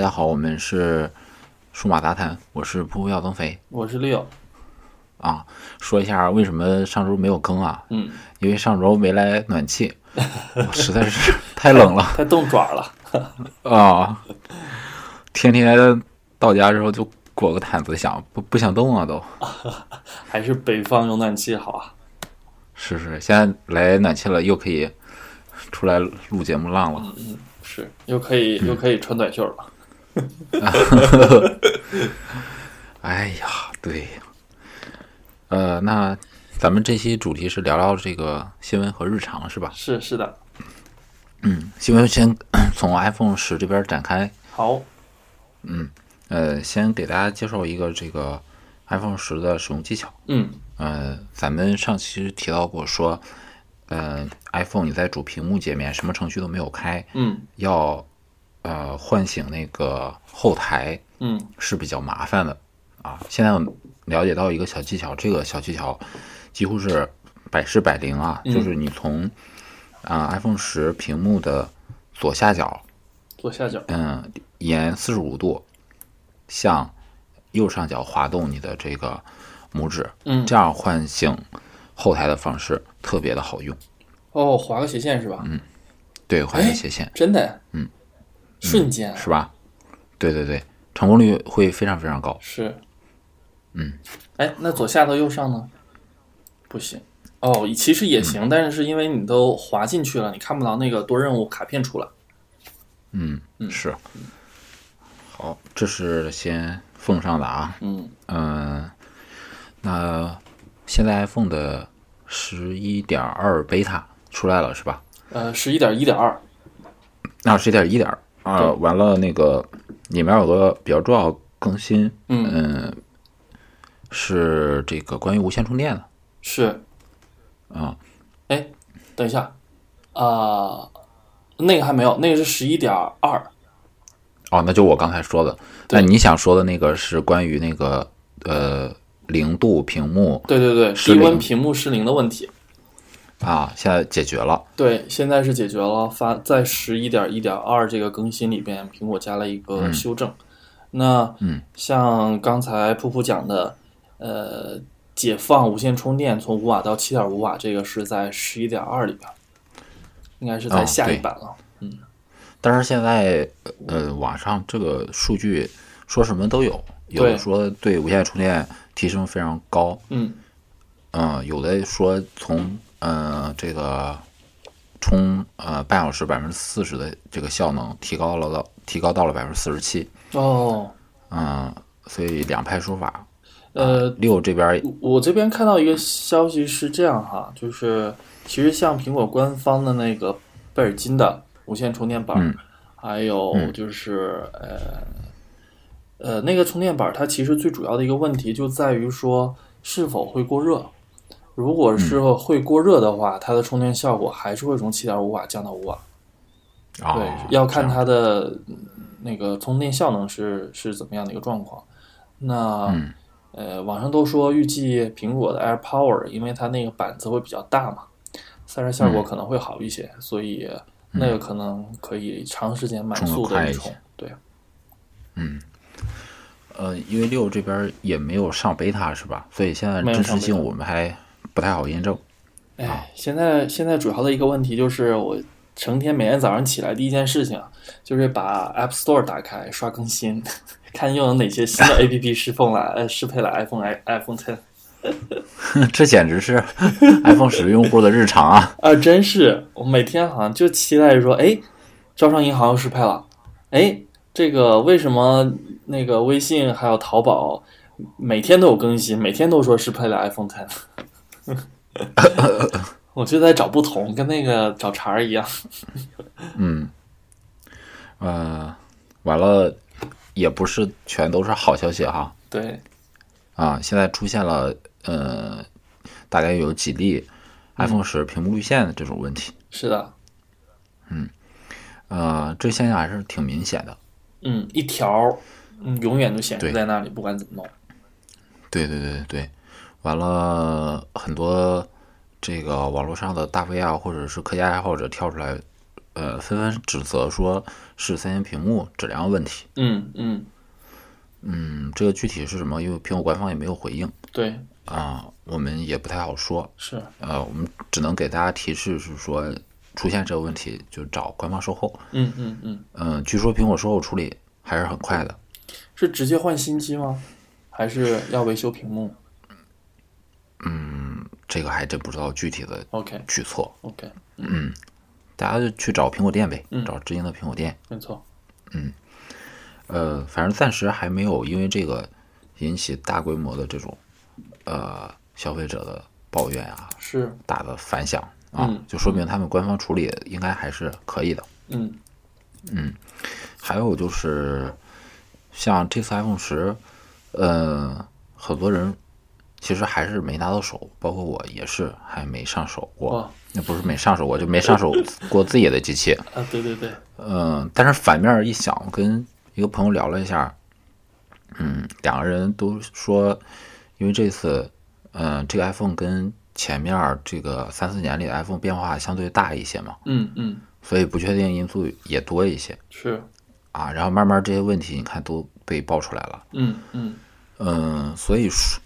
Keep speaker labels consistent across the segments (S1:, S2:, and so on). S1: 家好，我们是数码杂谈，我是噗噗要增肥
S2: 我是 Leo，
S1: 啊。说一下为什么上周没有更啊？
S2: 嗯，
S1: 因为上周没来暖气，我实在是 太冷了
S2: 太冻爪了。
S1: 啊！天天到家之后就裹个毯子想，不不想动啊都。
S2: 还是北方有暖气好啊。
S1: 是是，现在来暖气了，又可以出来录节目浪了。
S2: 是，嗯又可以又可以穿短袖了。
S1: 哎呀，对，呃，那咱们这期主题是聊聊这个新闻和日常是吧？
S2: 是是的，
S1: 新闻先 从 iPhone 十这边展开，
S2: 好，
S1: 呃，先给大家介绍一个这个 iPhone 十的使用技巧。
S2: 嗯
S1: 呃，咱们上期提到过说，呃，iPhone 你在主屏幕界面什么程序都没有开，
S2: 嗯
S1: 要呃唤醒那个后台
S2: 嗯
S1: 是比较麻烦的啊。现在我了解到一个小技巧，这个小技巧几乎是百试百灵啊，就是你从啊、iPhone 十屏幕的左下角
S2: 左下角，
S1: 嗯，沿四十五度向右上角滑动你的这个拇指，
S2: 嗯
S1: 这样唤醒后台的方式特别的好用。
S2: 哦，划个斜线是吧？嗯，
S1: 对，画
S2: 哎
S1: 斜线
S2: 真的，嗯，瞬间啊
S1: 是吧？对对对，成功率会非常非常高。
S2: 是，嗯，哎，那左下到右上呢？不行。哦，其实也行，但是是因为你都滑进去了，你看不到那个多任务卡片出来。
S1: 嗯，是。好，这是先奉上的啊。
S2: 嗯
S1: 嗯，那现在 iPhone 的十一点二 beta 出来了是吧？
S2: 呃，十一点一点二，
S1: 那十一点一点啊，完了那个里面有个比较重要更新，
S2: 嗯
S1: 是这个关于无线充电的。
S2: 是
S1: 啊。
S2: 哎，等一下，啊、那个还没有，那个是十一点二。
S1: 哦，那就我刚才说的。那
S2: 对
S1: 你想说的那个是关于那个呃零度屏幕
S2: 对对对，
S1: 失
S2: 低
S1: 灵
S2: 温屏幕失灵的问题，
S1: 啊，现在解决了。
S2: 对，现在是解决了。发在十一点一点二这个更新里边，苹果加了一个修正。那
S1: 嗯，
S2: 像刚才噗噗讲的，呃，解放无线充电从五瓦到七点五瓦，这个是在十一点二里边，应该是在
S1: 哦
S2: 下一
S1: 对
S2: 版了。
S1: 但是现在呃网上这个数据说什么都有，有
S2: 对
S1: 的说对无线充电提升非常高，
S2: 嗯
S1: 嗯，有的说从呃这个充呃半小时百分之四十的这个效能提高了到提高到了百分之四十七，
S2: 哦，
S1: 嗯，所以两派说法。
S2: 呃，
S1: 六这边
S2: 我我这边看到一个消息是这样哈，就是其实像苹果官方的那个贝尔金的无线充电板，
S1: 嗯
S2: 还有就是、呃呃那个充电板，它其实最主要的一个问题就在于说是否会过热。如果是会过热的话，它的充电效果还是会从七点五瓦降到五瓦。
S1: 啊，
S2: 对，要看
S1: 它
S2: 它的嗯那个充电效能是是怎么样的一个状况。那、
S1: 嗯
S2: 呃，网上都说预计苹果的 Air Power，因为它那个板子会比较大嘛，散热效
S1: 嗯
S2: 果可能会好一些，所以那个可能可以长时间满
S1: 充得
S2: 速
S1: 快
S2: 的
S1: 一
S2: 充
S1: 些。
S2: 对，
S1: 呃，因为六这边也没有上贝塔是吧？所以现在
S2: 没有
S1: 真
S2: 上
S1: 实性
S2: beta
S1: 我们还不太好验证。 啊
S2: 哎，现在现在主要的一个问题就是我。成天每天早上起来第一件事情啊就是把 App Store 打开刷更新， 看又有哪些新的 APP 适奉了呃适配了 iPhone i iPhone Ten。
S1: 这简直是 iPhone 十用户的日常啊！
S2: 啊，真是，我每天好像就期待着说，哎，招商银行又失败了，哎，这个为什么那个微信还有淘宝每天都有更新，每天都说失败了 iPhone Ten，我就在找不同，跟那个找茬儿一样。
S1: 嗯，呃，完了，也不是全都是好消息哈、
S2: 对，
S1: 啊，现在出现了呃，大概有几例 iPhone 十屏幕绿线的这种问题，
S2: 是的，
S1: 呃，这现象还是挺明显的。
S2: 嗯，一条儿，嗯，永远就显示
S1: 对
S2: 在那里，不管怎么弄。
S1: 对对对对，完了很多这个网络上的大 V 啊，或者是科技爱好者跳出来呃纷纷指责说是三星屏幕质量问题。
S2: 嗯嗯
S1: 嗯，这个具体是什么？因为苹果官方也没有回应
S2: 对
S1: 啊、我们也不太好说。
S2: 是
S1: 呃，我们只能给大家提示是说，出现这个问题就找官方售后。
S2: 嗯嗯嗯
S1: 嗯、据说苹果售后处理还是很快的。
S2: 是直接换新机吗？还是要维修屏幕
S1: 这个还真不知道具体的
S2: ？OK
S1: 举措，
S2: OK，
S1: 大家就去找苹果店呗，找直营的苹果店。
S2: 没错。
S1: 呃，反正暂时还没有因为这个引起大规模的这种呃消费者的抱怨啊，
S2: 是
S1: 大的反响啊，
S2: 嗯
S1: 就说明他们官方处理应该还是可以的。
S2: 嗯
S1: 还有就是，像这次 iPhone 十，呃，很多人其实还是没拿到手，包括我也是还没上手过
S2: 哇。
S1: 那不是没上手过，就没上手过自己的机器。
S2: 啊，对对对，
S1: 嗯，但是反面一想，跟一个朋友聊了一下，嗯，两个人都说，因为这次，嗯，这个 iPhone 跟前面儿这个三四年里的 iPhone 变化相对大一些嘛，
S2: 嗯嗯
S1: 所以不确定因素也多一些
S2: 是，
S1: 啊。然后慢慢这些问题，你看都被爆出来了。
S2: 嗯嗯
S1: 嗯，所以说，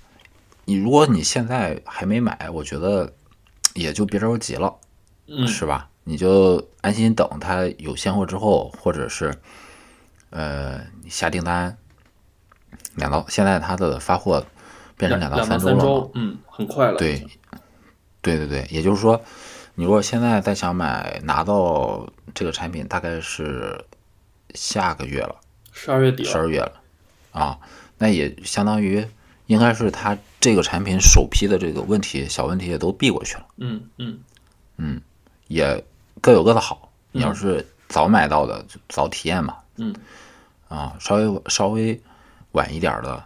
S1: 你如果你现在还没买，我觉得也就别着急了。
S2: 嗯
S1: 是吧？你就安心等它有现货之后，或者是呃你下订单，两到现在它的发货变成
S2: 两
S1: 到
S2: 到
S1: 周了嘛？
S2: 周，嗯，很快了。
S1: 对，对对对，也就是说，你如果现在再想买，拿到这个产品大概是下个月了，
S2: 十二月底
S1: 十
S2: 了。
S1: 二月了啊，那也相当于应该是它这个产品首批的这个问题小问题也都避过去了。
S2: 嗯嗯
S1: 也各有各的好。你要是早买到的，就早体验嘛。
S2: 嗯
S1: 啊，稍微稍微晚一点儿的，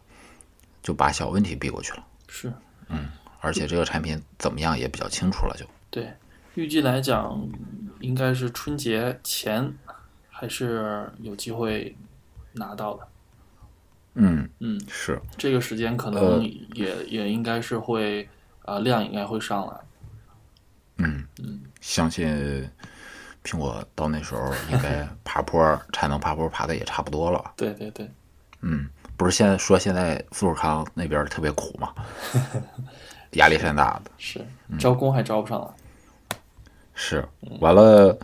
S1: 就把小问题避过去了。
S2: 是。
S1: 而且这个产品怎么样也比较清楚了就，
S2: 对，预计来讲应该是春节前还是有机会拿到的。
S1: 嗯，
S2: 嗯，
S1: 是，
S2: 这个时间可
S1: 呃
S2: 能也、也应该是会啊、量应该会上来。
S1: 嗯，相信苹果到那时候应 该爬坡儿产能爬坡儿爬的也差不多了。
S2: 对对对，
S1: 嗯，不是现在说现在富士康那边儿特别苦 嘛，压力山大的。
S2: 是
S1: 嗯
S2: 招工还招不上来。
S1: 是，完了，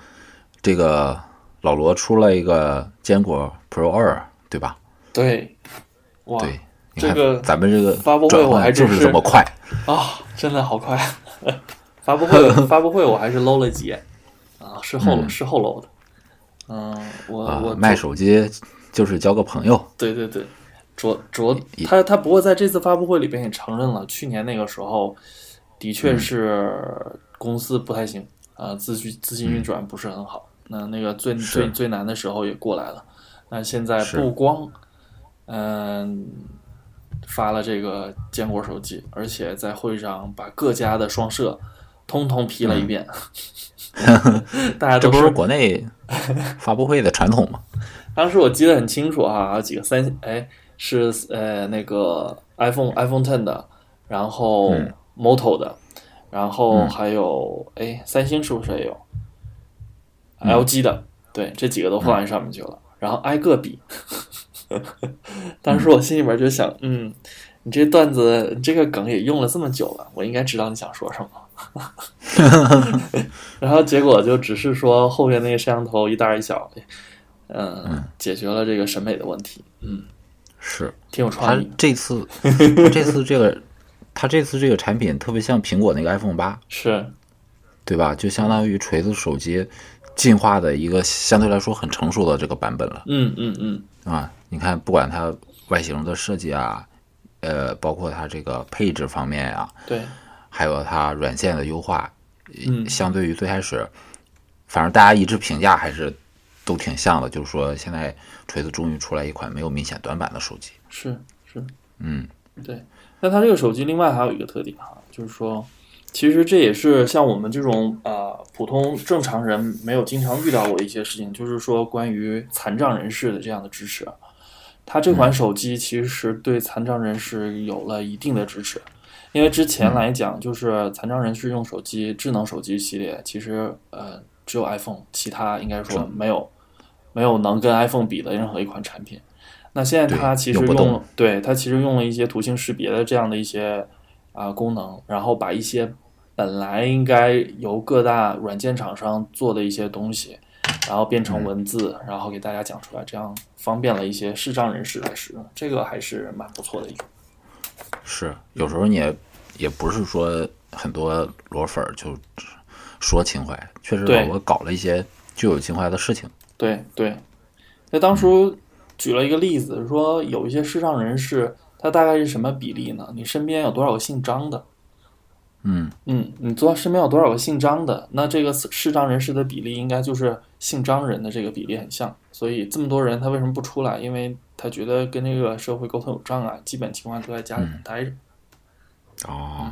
S1: 这个老罗出了一个坚果 Pro 二，对吧？
S2: 对，哇
S1: 对，你
S2: 这
S1: 看
S2: 个
S1: 咱们这个
S2: 发布会
S1: 转
S2: 我还
S1: 换就
S2: 真是
S1: 这么快，
S2: 啊、真的 好快！发布会发布会我还是搂了几眼啊，是后、是后搂的。嗯，我、
S1: 啊
S2: 我！
S1: 卖手机就是交个朋 友，
S2: 对对对，卓卓他他不过在这次发布会里边也承认了，去年那个时候的
S1: 嗯
S2: 确是公司不太行啊、呃资金资金运转不是很好。那那个最
S1: 嗯是
S2: 最最难的时候也过来了，那现在
S1: 是
S2: 不光嗯、发了这个坚果手机，而且在会上把各家的双摄通通批了一遍， 大家
S1: 嗯这
S2: 都
S1: 不
S2: 是
S1: 是国内发布会的传统吗？
S2: 当时我记得很清楚哈、啊，几个三哎是呃那个 iPhone iPhone Ten 的，然后 Moto 的，然后还有哎三星是不是也有、LG 的？对，这几个都放在上面去了，然后挨个比。 当时我心里边就想，嗯，你这段子你这个梗也用了这么久了，我应该知道你想说什么。然后结果就只是说后面那个摄像头一大一小，嗯，解决了这个审美的问题，嗯，
S1: 是，
S2: 挺有
S1: 他
S2: 创意，
S1: 这次他这次这个他这次这个产品特别像苹果那个 iPhone 八，
S2: 是
S1: 对吧？就相当于锤子手机进化的一个相对来说很成熟的这个版本了。
S2: 嗯嗯嗯，
S1: 啊，你看，不管它外形的设计啊，呃，包括它这个配置方面呀、
S2: 对，
S1: 还有它软件的优化，
S2: 嗯
S1: 相对于最开始，反正大家一致评价还是都挺像的，就是说现在锤子终于出来一款没有明显短板的手机。
S2: 是是，
S1: 嗯，
S2: 对。那它这个手机另外还有一个特点哈，就是说，其实这也是像我们这种呃普通正常人没有经常遇到过一些事情，就是说关于残障人士的这样的支持啊。
S1: 嗯
S2: 它这款手机其实对残障人士有了一定的支持，因为之前来讲，就是残障人士用手机，智能手机系列，其实呃只有 iPhone，其他应该说没有没有能跟 iPhone 比的任何一款产品。那现在它其实
S1: 对用不
S2: 用
S1: 动
S2: 了，对它其实用了一些图形识别的这样的一些啊、功能，然后把一些本来应该由各大软件厂商做的一些东西，然后变成文字，然后给大家讲出来，这样方便了一些视障人士来使用，这个还是蛮不错的一个。
S1: 是，有时候你也也不是说很多裸粉儿就说情怀，确实
S2: 对
S1: 我搞了一些具有情怀的事情。
S2: 对对，那当初举了一个例子，说有一些视障人士，他大概是什么比例呢？你身边有多少个姓张的？
S1: 嗯
S2: 嗯，你多身边有多少个姓张的？那这个视障人士的比例应该就是姓张人的这个比例很像，所以这么多人他为什么不出来？因为他觉得跟这个社会沟通有障碍，基本情况都在家里面待着。
S1: 哦，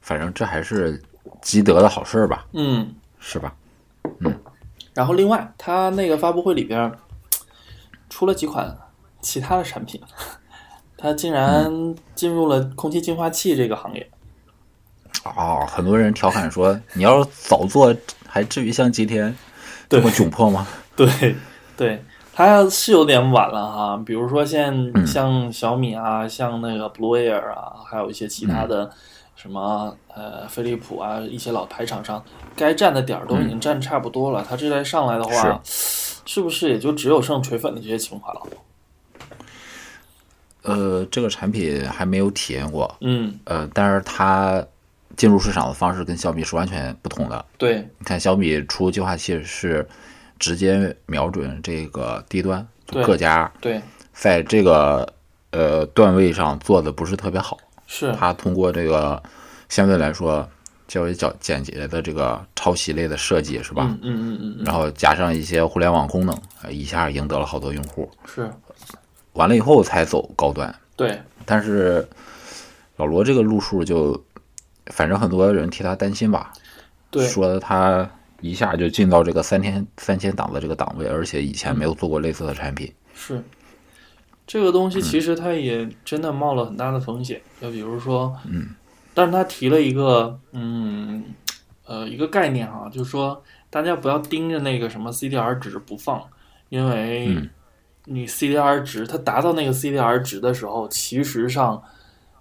S1: 反正这还是积德的好事儿吧，
S2: 嗯，
S1: 是吧？
S2: 然后另外，它那个发布会里边儿出了几款其他的产品，它竟然进入了空气净化器这个行业。
S1: 哦，很多人调侃说，你要是早做，还至于像今天这么窘迫吗？
S2: 对 对，它是有点晚了哈。比如说现在像小米啊，像那个 Blue Air 啊，还有一些其他的什么、呃飞利浦啊，一些老牌厂商，该占的点儿都已经占差不多了。它这代上来的话，嗯是不是也就只有剩锤粉的这些情怀了？
S1: 呃，这个产品还没有体验过，
S2: 嗯，
S1: 呃，但是它进入市场的方式跟小米是完全不同的。
S2: 对，
S1: 你看小米出净化器是直接瞄准这个低端，就
S2: 对
S1: 各家
S2: 对，
S1: 在这个呃段位上做的不是特别好，
S2: 是，
S1: 它通过这个相对来说较为较简洁的这个抄袭类的设计是吧？
S2: 嗯嗯嗯嗯嗯，
S1: 然后加上一些互联网功能，呃一下赢得了好多用户。
S2: 是。
S1: 完了以后才走高端，
S2: 对，
S1: 但是老罗这个路数就，反正很多人替他担心吧，
S2: 对，
S1: 说他一下就进到这个三千三千档的这个档位，而且以前没有做过类似的产品。
S2: 是这个东西，其实它也真的冒了很大的风险。就比如说，嗯，但是他提了一个，嗯，呃，一个概念哈、就是说大家不要盯着那个什么 CDR 值不放，因为你 CDR 值它达到那个 CDR 值的时候，其实上。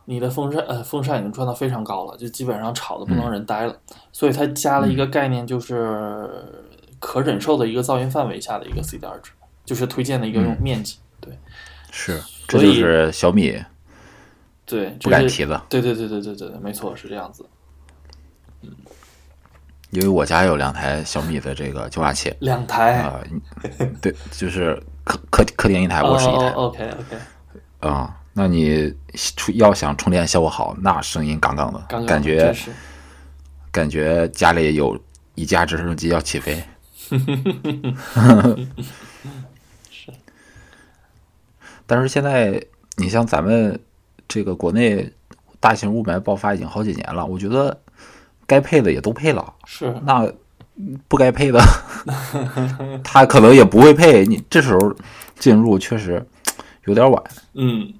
S2: 你的风扇呃风扇已经转到非常高了，就基本上吵得不能人呆了，所以它加了一个概念，就是可忍受的一个噪音范围下的一个 CDR 值。就是推荐的一
S1: 嗯
S2: 个用面积。对
S1: 是，这就
S2: 所以
S1: 是小米
S2: 对，
S1: 不敢
S2: 这是
S1: 提的，
S2: 对对对对对对，对没错，是这样子。
S1: 因为我家有两台小米的这个净化器
S2: 两台，
S1: 啊、 对，就是客客客厅一台，卧室一台啊、
S2: 哦，OK 哦 OK，
S1: 那你出要想充电效果好，那声音杠杠的，
S2: 刚刚
S1: 感觉
S2: 真是
S1: 感觉家里有一架直升机要起飞。 但是现在，你像咱们这个国内大型雾霾爆发已经好几年了，我觉得该配的也都配了，
S2: 是
S1: 那嗯不该 配的，他可能也不会配。你这时候进入确实有点晚，
S2: 嗯，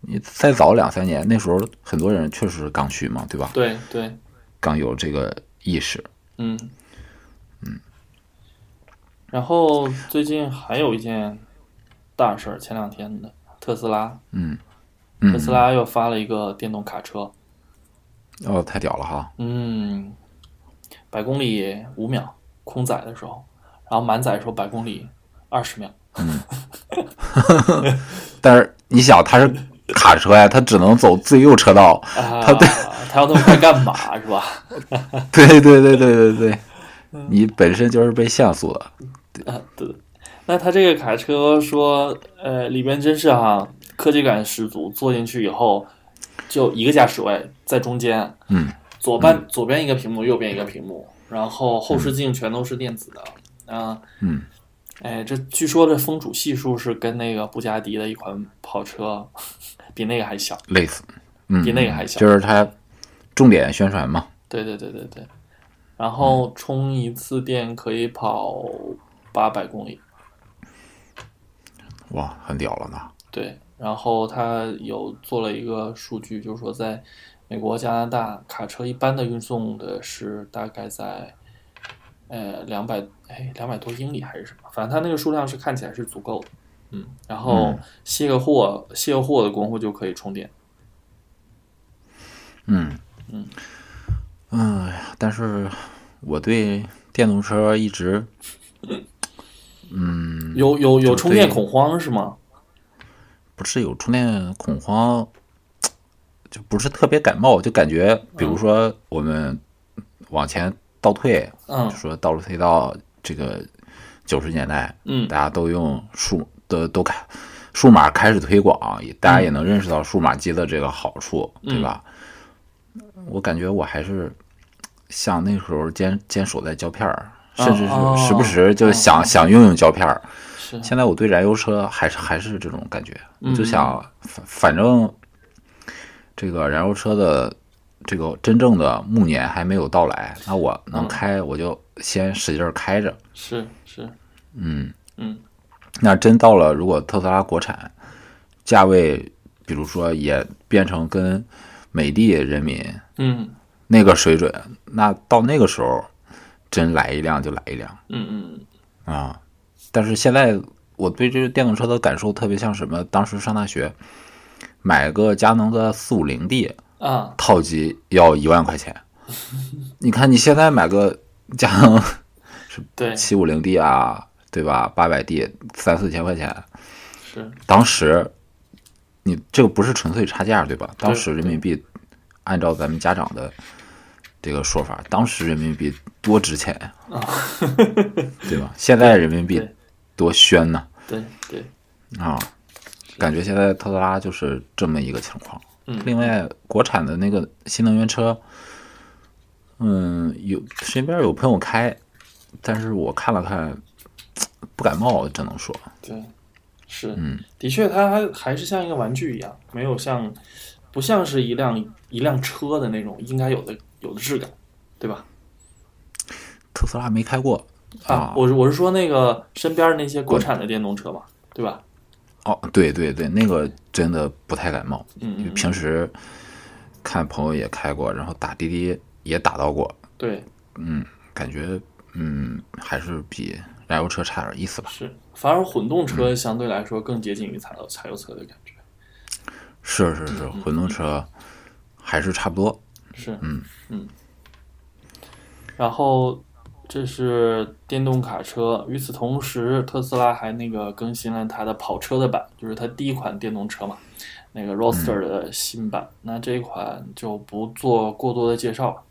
S1: 你再早两三年，那时候很多人确实刚需嘛，对吧？
S2: 对对，
S1: 刚有这个意识。
S2: 嗯嗯。然后最近还有一件大事儿，前两天的特斯拉，
S1: 嗯
S2: 特，斯拉又发了一个电动卡车，
S1: 哦，太屌了哈！
S2: 嗯，百公里五秒，空载的时候，然后满载的时候百公里二十秒。
S1: 但是你想，它是卡车呀，它只能走最右车道。
S2: 啊，他要那么快干嘛是吧？
S1: 对对对对对对，你本身就是被限速的。
S2: 啊，对。那他这个卡车说，呃，里边真是哈、科技感十足，坐进去以后就一个驾驶位在中间，
S1: 嗯，
S2: 左半、左边一个屏幕，右边一个屏幕，然后后视镜全都是电子的，啊，
S1: 嗯，
S2: 哎，这据说这风阻系数是跟那个布加迪的一款跑车 比那个还小，
S1: 类似，嗯，
S2: 比那个还小
S1: 就是它重点宣传嘛。
S2: 对对对对对，然
S1: 嗯
S2: 后充一次电可以跑八百公里。
S1: 哇，很屌了呢。
S2: 对，然后他有做了一个数据，就是说在美国、加拿大卡车一般的运送的是大概在呃两百哎两百多英里还是什么，反正它那个数量是看起来是足够的。嗯，然后
S1: 嗯
S2: 卸个货，卸个货的功夫就可以充电。
S1: 嗯
S2: 嗯
S1: 嗯，但是我对电动车一直
S2: 有有有
S1: 嗯就
S2: 充电
S1: 对
S2: 恐慌是吗？
S1: 不是有充电恐慌，就不是特别感冒，就感觉比如说我们往前倒退，
S2: 嗯
S1: 就说倒退到这个九十年代，
S2: 嗯
S1: 大家都用数都都开数码开始推广，也大家
S2: 嗯
S1: 也能认识到数码机的这个好处，对吧？我感觉我还是像那时候坚坚守在胶片儿，甚至
S2: 哦
S1: 是时不时就
S2: 哦
S1: 想、想用用胶片儿。
S2: 是
S1: 现在我对燃油车还是还是这种感觉，
S2: 嗯
S1: 我就想反反正这个燃油车的这个真正的暮年还没有到来，那我能开我就先使劲儿开着。
S2: 是是，
S1: 嗯，
S2: 嗯
S1: 那真到了，如果特斯拉国产价位，比如说也变成跟美帝人民
S2: 嗯
S1: 那个水准，那到那个时候，真来一辆就来一辆
S2: 嗯嗯
S1: 啊！但是现在我对这个电动车的感受特别像什么？当时上大学买个佳能的四五零 D
S2: 嗯啊，
S1: 套机要一万块钱， 你看你现在买个佳能
S2: 对，
S1: 七五零 D 啊，对吧？八百 D 三四千块钱，
S2: 是
S1: 当时你这个不是纯粹差价对吧？当时人民币按照咱们家长的这个说法，当时人民币多值钱呀，
S2: 啊
S1: 对 吧？现在人民币
S2: 对
S1: 多宣呢
S2: 对对，
S1: 啊！感觉现在特斯拉就是这么一个情况。
S2: 嗯
S1: 另外，国产的那个新能源车，嗯，有身边有朋友开，但是我看了看，不感冒，只能说，
S2: 对，是，
S1: 嗯，
S2: 的确，它还还是像一个玩具一样，没有像，不像是一辆一辆车的那种应该有的有的质感，对吧？
S1: 特斯拉没开过
S2: 啊，我是我是说那个身边那些国产的电动车嘛，对吧？
S1: 哦，对对对，那个真的不太感冒，因为
S2: 嗯，嗯，
S1: 平时看朋友也开过，然后打滴滴也打到过，
S2: 对，
S1: 感觉嗯还是比燃油车差点意思吧。
S2: 是，反而混动车相对来说更接近于柴油柴油车的感觉，
S1: 是是
S2: 嗯
S1: 是，混动车还是差不多。
S2: 是，嗯嗯。然后这是电动卡车，与此同时，特斯拉还那个更新了它的跑车的版，就是它第一款电动车嘛，那
S1: 嗯
S2: 个 Roadster 的新版。那这一款就不做过多的介绍了，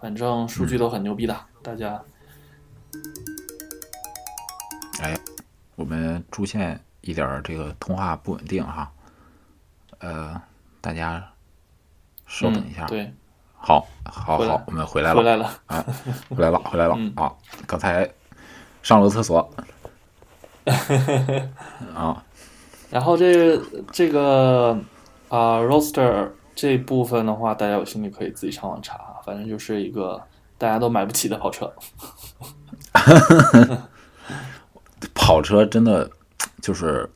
S2: 反正数
S1: 嗯
S2: 据都很牛逼的，大家
S1: 哎，我们出现一点儿这个通话不稳定哈，呃，大家稍等一下。
S2: 嗯对，
S1: 好，好，
S2: 回来
S1: 好，我们回来了
S2: 回，来了，
S1: 回来了，回来了
S2: 嗯
S1: 啊！刚才上了厕所啊，
S2: 然后这这个啊、r o a s t e r 这部分的话，大家有兴趣可以自己上网查，啊反正就是一个大家都买不起的跑车。
S1: 跑车真的就是，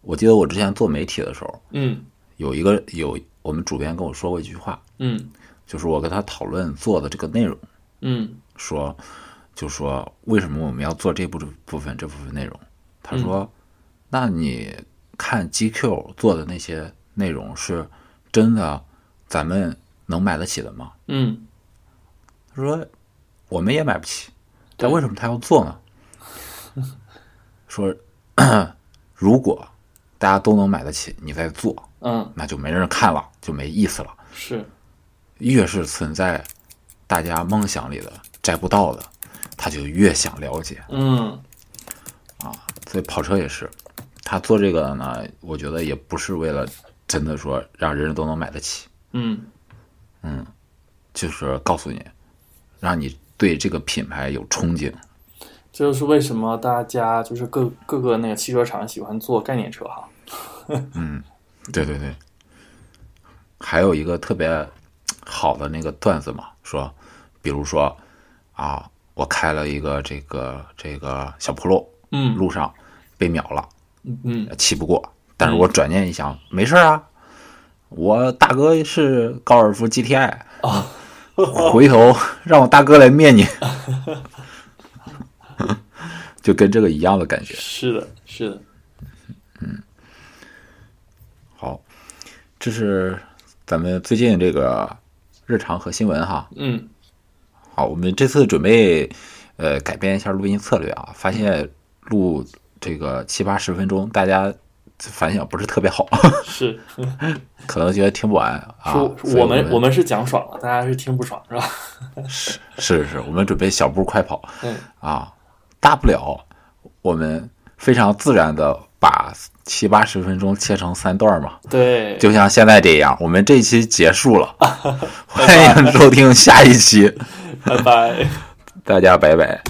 S1: 我记得我之前做媒体的时候，
S2: 嗯
S1: 有一个有我们主编跟我说过一句话，
S2: 嗯
S1: 就是我跟他讨论做的这个内容，
S2: 嗯
S1: 说就说为什么我们要做这部部分这部分内容，他说，那你看 GQ 做的那些内容是真的咱们能买得起的吗？
S2: 嗯，
S1: 他说我们也买不起，
S2: 对
S1: 但为什么他要做呢？说 如果大家都能买得起，你再做，
S2: 嗯，
S1: 那就没人看了，就没意思了。
S2: 是
S1: 越是存在大家梦想里的摘不到的，他就越想了解。
S2: 嗯
S1: 所以跑车也是，他做这个呢，我觉得也不是为了真的说让人人都能买得起，
S2: 嗯
S1: 就是告诉你，让你对这个品牌有憧憬。
S2: 这就是为什么大家就是各各个那个汽车厂喜欢做概念车哈。
S1: 对对对，还有一个特别好的那个段子嘛，说，比如说啊，我开了一个这个这个小破路，
S2: 嗯
S1: 路上被秒了，
S2: 嗯
S1: 气不过，但是我转念一想，没事儿啊，我大哥是高尔夫 GTI
S2: 啊，
S1: 回头让我大哥来灭你，就跟这个一样的感觉。
S2: 是的，是的，
S1: 好，这是咱们最近这个日常和新闻哈。
S2: 嗯
S1: 好，我们这次准备呃改变一下录音策略啊，发现录这个七八十分钟，大家反响不是特别好，
S2: 是。
S1: 可能觉得听不完啊。
S2: 说
S1: 所以
S2: 我
S1: 我
S2: 们我
S1: 们
S2: 们是讲爽了，大家是听不爽是吧？
S1: 是 是是，我们准备小步快跑。
S2: 嗯，
S1: 啊，大不了我们非常自然的把七八十分钟切成三段嘛，
S2: 对，
S1: 就像现在这样。我们这一期结束 了，欢迎收听下一期，
S2: 拜拜。
S1: 大家拜拜。